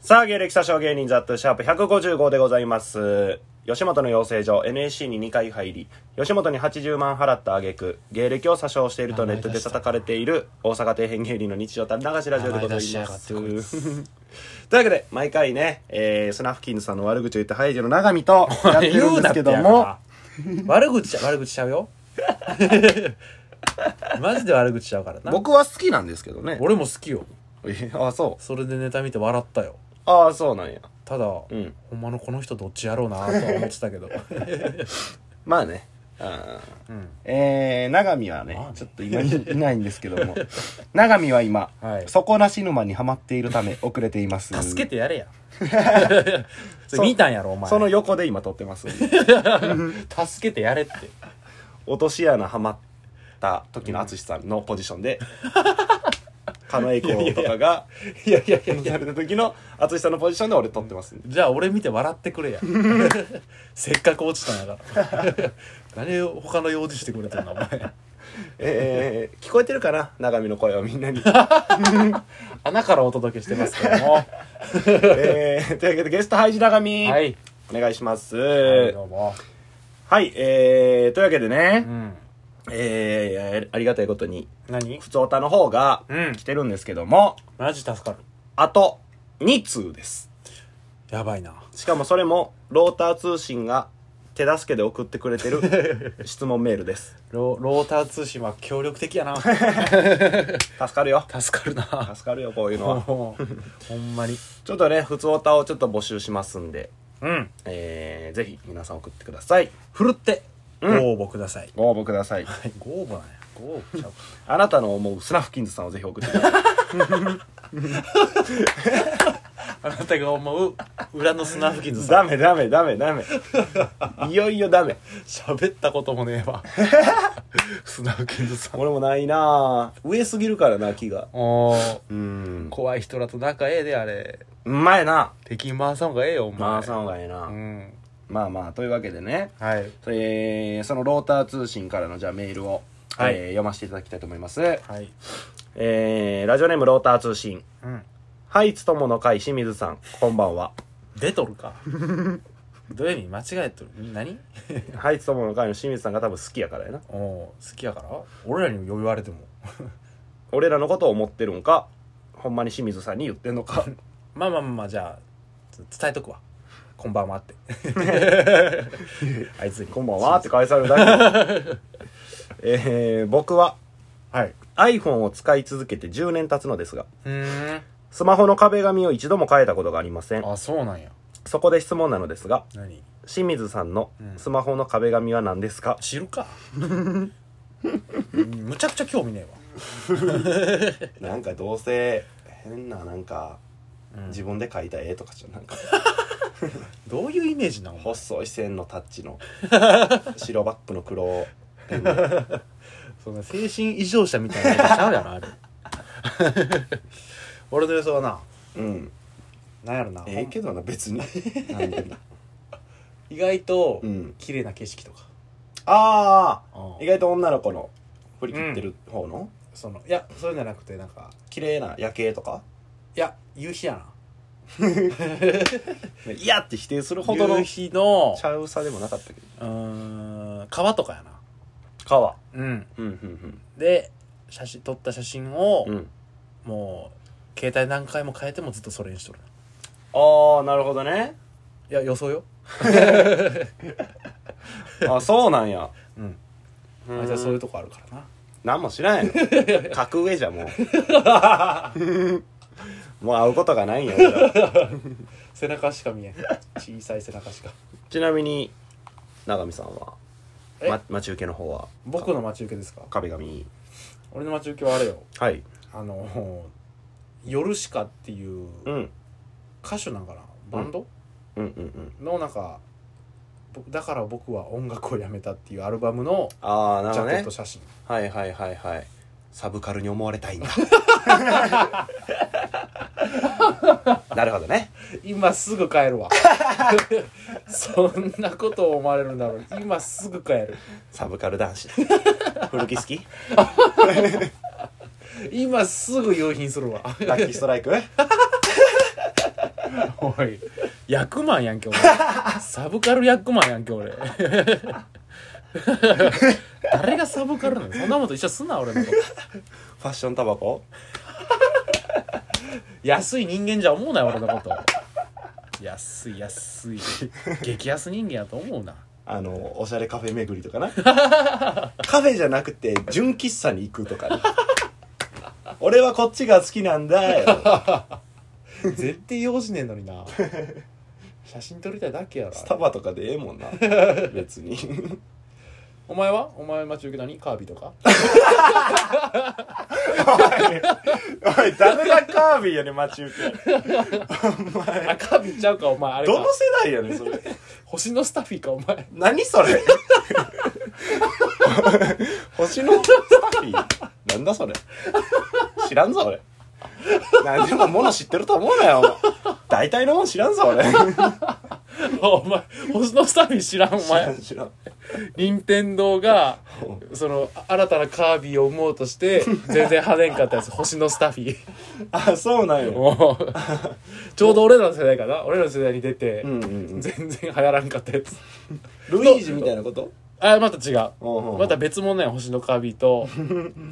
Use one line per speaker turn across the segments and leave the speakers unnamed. さあ、芸歴詐称芸人ザットシャープ155でございます。吉本の養成所 NSC に2回入り、吉本に80万払った挙句、芸歴を詐称しているとネットで叩かれている大阪底辺芸人の日常垂れ流しラジオでございま
名前出し
す。
や
と
がって
い
こ
う
い
わ けで、毎回ね、えー、スナフキンさんの悪口を言ったハイジの永見とやってるんですけども、
悪口ちゃ悪口ちゃうよ マジで悪口ちゃうからな
僕は好きなんですけどね。
俺も好きよ
えあ、そう。
それでネタ見て笑ったよ
ああ、そうなんや。
ただ、
うん。
ほんまのこの人どっちやろうなとは思ってたけど
まあね。あー
うん
えー、長見はね
まあ、ね
ちょっと今いいないんですけども、 長見は今、
はい
底なし沼にはまっているため遅れています。
助け
て
てや れやそれ見たんやろお前
その横で今撮ってます。
助けてやれって
落とし穴はまった時の淳さんのポジションで、 狩野英孝とかが、
いやいやいやいや
された時の淳さんのポジションで俺撮って ますんで。
じゃあ俺見て笑ってくれや せっかく落ちたんやから 何を他の用事してくれてんのお前
えー、聞こえてるかな長見の声をみん なに。
穴からお届けしてますけ ども
えー、というわけでゲストハイジ長見、
はい
お願いします。
はいどうも、
はい、えー、というわけでね、
うん、
えー、ありがたいことに、
何
普通オタの方が
うん
来てるんですけども、
マジ助かる
あと2通です。
やばいな
しかもそれも、ローター通信が手助けで送ってくれて る質問メールです。
ロローター通信は協力的 やな
助かるよ。
助かるな
助かるよ、こういうの は。
も うほんまに
ちょっとね、普通オタをちょっと募集しますんで、
うん
えー、ぜひ皆さん送ってください。
ふるってご
うん
応募ください、
ご応募ください。
はいご応募なんやご応募ちゃうか
あなたの思うスナフキンズさんをぜひ送ってく ださい。
あなたが思う裏のスナフキン ズさん
ダメダメダメダ メ。いよいよダメ。
喋ったこともねえ わスナフキンズさん
俺もないなぁ。上すぎるからな、気が。
おー
うん。
怖い人らと仲ええであれ
うまいな。
敵回さんがええよお前
まあ、さんがええな。
うん
まあまあ、というわけでね、
はい
えーそのローター通信からのじゃあメールを、
はい
えー読ませていただきたいと思います。
はい
えーラジオネームローター通信。
うん
ハイツ友の会清水さん、こんばんは。
出とる かどういう意味間違えとる何
ハイツ友の会の清水さんが多分好きやからやな。
おお好きやから俺らにも呼びわれても
俺らのことを思ってるんか、ほんまに清水さんに言ってんの か。
まあまあまあまあじゃあつ伝えとくわこんばんはってあいつに
こんばん はって返されるだけ。えー僕は
はい
iPhone を使い続けて10年経つのですが、
うーん
スマホの壁紙を一度も変えたことがありません。
あそうなんや
そこで質問なのですが、
何
清水さんの
うん
スマホの壁紙は何ですか、
知るか うんむちゃくちゃ興味ね
なんかどうせ変ななんか
えわ、うん
自分で描いた絵とかじゃんなんか
どういうイメージなの
細い線のタッ チの白バックの黒
そんな精神異常者みたいなのちゃうやろあれ 俺の予想はな
うん
なんやろな、
ええけどな別になんでな
意外と、
うん
綺麗な景色とか
ああ
うん
意外と女の子の振り切ってる方の、
そのいやそういうんじゃなくてなんか
綺麗な夜景とか
いや夕日やな
ねいやって否定するほどの
夕
ち
日の
ゃうさでもなかったけど
うーん川とかやな
川
うん
うんうん
で写真撮った写真を、
うんうん
もう携帯何回も変えてもずっとそれにしとる
ああなるほどね
いや予想よ
あそうなんや
うん
うん
あいつはそういうとこあるからな
何も知らんやろ格上じゃもうもう会うことがないんや俺ら
背中しか見えん 小さい背中し か
ちなみに永見さんは、
え
ま、待ち受けの方は
僕の待ち受けですか
壁紙
俺の待ち受けはあれよ
はい
あの「ヨルシカ」っていう
うん
歌手なんかなバンド、
うんうんうん
のなんか僕だから僕は音楽をやめたっていうアルバムの
ああな
ジ
るほど
ャケッ
ね
ト写真、
はいはいはいはいサブカルに思われたいんだなるほどね
今すぐ帰る わそんなことを思われるんだろう今すぐ帰る
サブカル男子古着好き
今すぐ用品するわ
ラッキーストライク
おい役満やんけ 俺サブカル役満やんけ俺 誰がサブカルなのそんなもんと一緒すんな俺のこと
ファッションタバコ
安い人間じゃ思うなよ俺のこと安い安い激安人間やと思うな
あのおしゃれカフェ巡りとかな カフェじゃなくて純喫茶に行くとかね、 俺はこっちが好きなんだ よ
絶対用事ねえのにな写真撮りたいだけやろ
スタバとかでええもんな別に
お前はお前待ち受け何カービィとか
おい誰がカービィやねん待ち受 け
あカービィちゃうかお前あれ
どの
か
世代やねんそれ
星のスタッフィーかお前
何それ 星のスタッフィーなんだそれ知らんぞ俺何でももの知ってると思うなよ大体のもん知らんぞ俺
お前星のスタッフィー知らんお
知ら
前
ん知らん
任天堂がその新たなカービィを生もうと して全然跳ねんかったやつ星のスタッフィー
あそうなんよ
も うちょうど俺らの世代かな俺らの世代に出て、
うんうんうん
全然流行らんかったやつ
ルイージみたいなこと
あまた違う
うんうんうん
また別物ね星のカービィ と、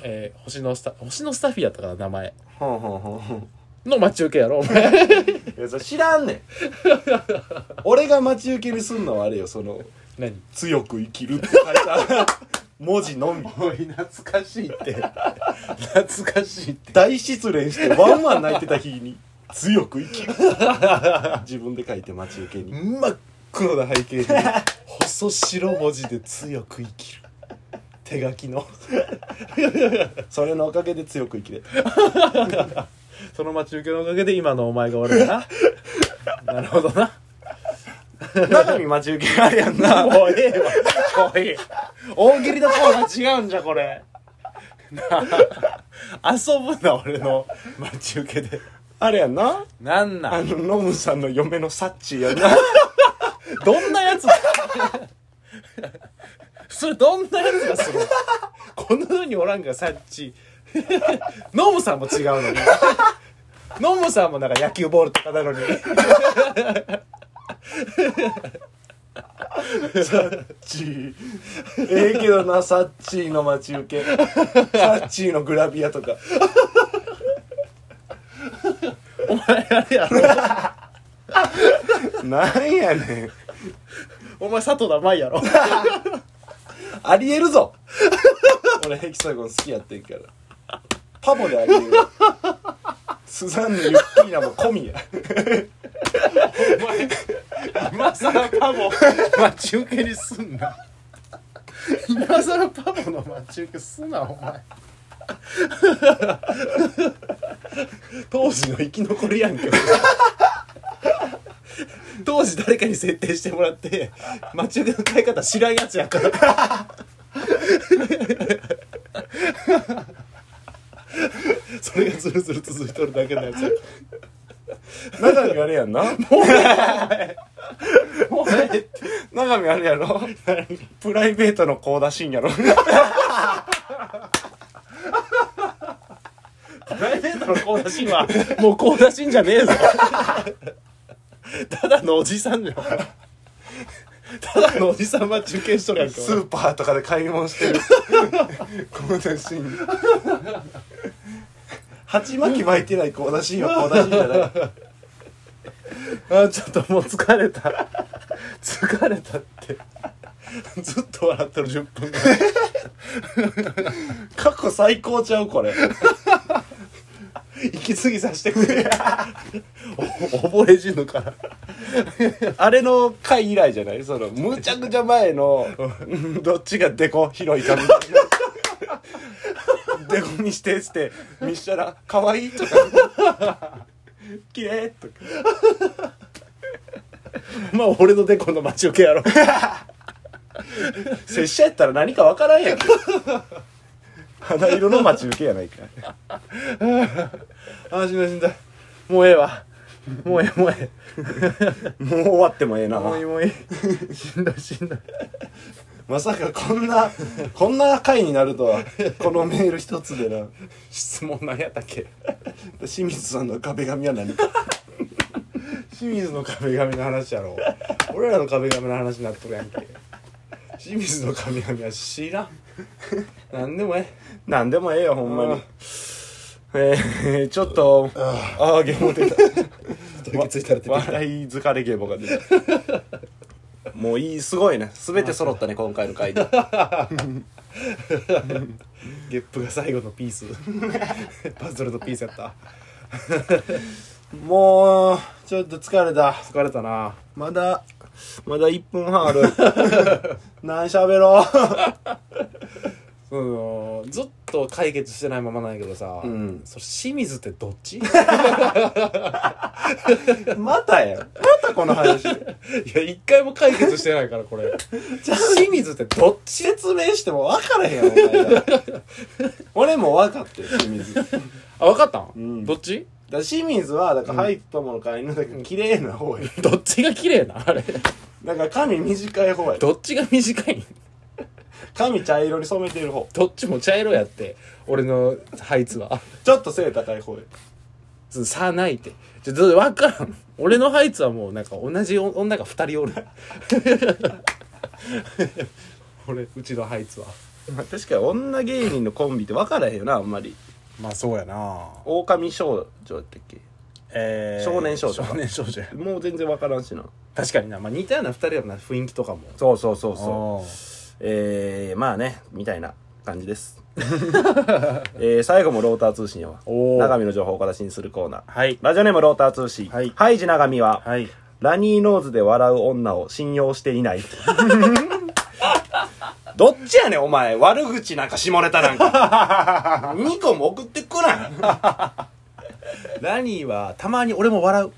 えー星のスタ星のスタッフィーやったから名前
ほんほんほんほん
の待ち受けやろお 前
いやそれ知らんねん俺が待ち受けにすんのはあれよその
何
「強く生きる」って書いた文字のみ
おい懐かしいって懐かしいって
大失恋してワンワン泣いてた日に強く生きる自分で書いて待ち受けに
真っ黒な背景 に細白文字で強く生きる手書きの
それのおかげで強く生きれた
その待ち受けのおかげで今のお前が俺 だななるほどな
中身待ち受けあれやんな
もうええわ。もうええ。大喜利のコーナー違うんじゃ、これ。なあ遊ぶな、俺の待ち受けで。
あれやんな
なんな
あ
ん
のノムさんの嫁のサッチーやんな
どんなやつだそれどんなやつがするこんな風におらんが、さっち。ノムさんも違うのに。ノムさんもなんか野球ボールとかなのに。
サッチーええけどなサッチーの待ち受けサッチーのグラビアとか
お前あれやろ。
なんやねん
お前佐藤田舞やろ。
ありえるぞ俺ヘキサゴン好きやってんからパボでありえるスザンヌ・ユッキーナも込みや
今さらパボ待ち受けにすんな今さらパボの待ち受けすんなお前当時の生き残りやんけ俺当時誰かに設定してもらって待ち受けの買い方知らんやつやからそれがずるずる続いとるだけのやつや
中身あれやんな
お前って
中身あれやろ プライベートの高田真やろ
プライベートのコーダシンはもうコーダシンじゃねえぞただのおじさんじゃんただのおじさんは受験しとるやんけ
スーパーとかで買い物してる 高田真鉢巻き巻いてない高田真は高田真じゃない
俺あちょっともう疲れた疲れたってずっと笑ってる10分間
過去最高ちゃうこ れ
息継ぎさせてくれお溺れ死ぬから
あれの回以来じゃないそのむちゃくちゃ前のうんどっちがデコ広いかみ たいなデコにしてっつって見したら「可愛いとか「綺麗とか
まあ俺のデコの待ち受けやろ
拙者やったら何かわからんやんけ花色の待ち受けやないか
あ死んだ死んだもうええわもうええもうえ
もう終わってもええな
えもういいもうい いしんどいしんどい
まさかこんなこんな回になるとはこのメール一つでな
質問何やったっけ
清水さんの壁紙は何か
清水の壁紙の話やろ俺らの壁紙の話になっとるやんけ清水の壁紙は知らん何でもえ
なんでもええよほんま
う
に
ん
えー、ちょっとああゲーム出た
吐きついたら出てきた
笑い疲れゲームが出たもういいすごいね全て揃ったね今回の回で
えゲップが最後のピース パズルのピースやった
もうちょっと疲れた
疲れたな
まだまだ1分半あ る何しゃべろ
そのずっと解決してないままなんやけどさ、
うん
それ清水ってどっち いう
またやまたこの話
や一回も解決してないからこ れ清水ってどっち
説明しても分からへんやろお前ら俺も分かってる清水だか
あ分かったん、
ん
どっち
ら清水はだからハイツ友の会のだから綺麗な方や
どっちが綺麗なあれ
だから髪短い方や
どっちが短いん
髪茶色に染めてる方
どっちも茶色やって俺のハイツは
ちょっと背高い方や
ず差ないってちょっと分からん俺のハイツはもうなんか同じ女が2人おる 俺うちのハイツは
まあ確かに女芸人のコンビって分からへんよなあんまり
まあそうやな
狼少女やったっけ
えー
少年少女
少年少女や
もう全然分からんしな
確かにな、まあ、似たような2人やもんな雰囲気とかも
そうそうそうそう
そ
えー、まあねみたいな感じですえ ー、最後もローター通信やわ
おー
長見の情報をお出しにするコーナー
はい
ラジオネームローター通信
はい
ハイジ長見は、
はい
ラニーノーズで笑う女を信用していない どっちやねんお前悪口なんか下ネタなんか2個も送ってくな
ラニーはたまに俺も笑う